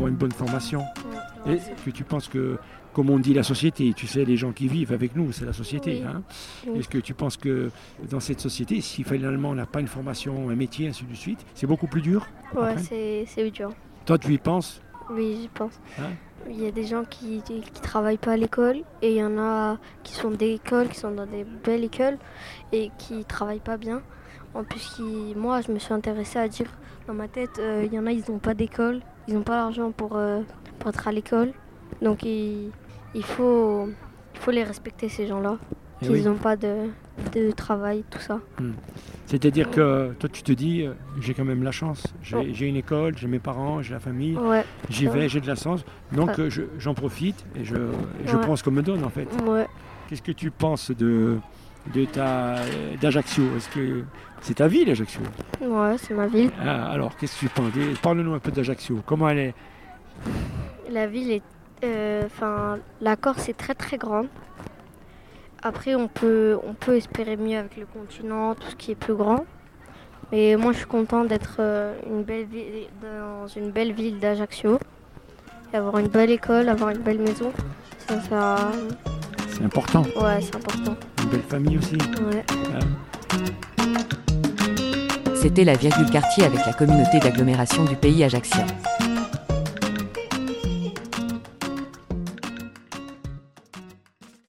une bonne formation. Et tu, tu penses que, comme on dit la société, tu sais, les gens qui vivent avec nous, c'est la société. Oui. hein. Oui. Est-ce que tu penses que dans cette société, si finalement on n'a pas une formation, un métier, ainsi de suite, c'est beaucoup plus dur Ouais, Après c'est c'est dur. Toi, tu y penses Oui, je pense. Hein Il y a des gens qui qui travaillent pas à l'école et il y en a qui sont des écoles, qui sont dans des belles écoles et qui travaillent pas bien. En plus, qui- moi, je me suis intéressée à dire dans ma tête, euh, il y en a, ils n'ont pas d'école, ils n'ont pas l'argent pour, euh, pour être à l'école. Donc, il, il faut, il faut les respecter, ces gens-là, Eh qui oui. n'ont pas de, de travail, tout ça. C'est-à-dire que toi, tu te dis, euh, j'ai quand même la chance. Oh. J'ai j'ai une école, j'ai mes parents, j'ai la famille, Ouais, j'y ça. vais, j'ai de la chance. Donc, Ouais. euh, je- j'en profite et je, et je Ah. Ouais. prends ce qu'on me donne, en fait. ouais. Qu'est-ce que tu penses de, de ta d'Ajaccio Est-ce que c'est ta ville, Ajaccio Ouais, c'est ma ville. Ah, Alors, qu'est-ce que tu penses Dis- Parle-nous un peu d'Ajaccio. Comment elle est La ville est. euh, Enfin, la Corse est très très grande. Après, on peut, on peut espérer mieux avec le continent, tout ce qui est plus grand. Mais moi, je suis content d'être euh, une belle ville- dans une belle ville d'Ajaccio. Et avoir une belle école, avoir une belle maison. Ça, ça- C'est important. Ouais, c'est important. Une belle famille aussi. Ouais. C'était la virgule quartier avec la communauté d'agglomération du pays ajaccien.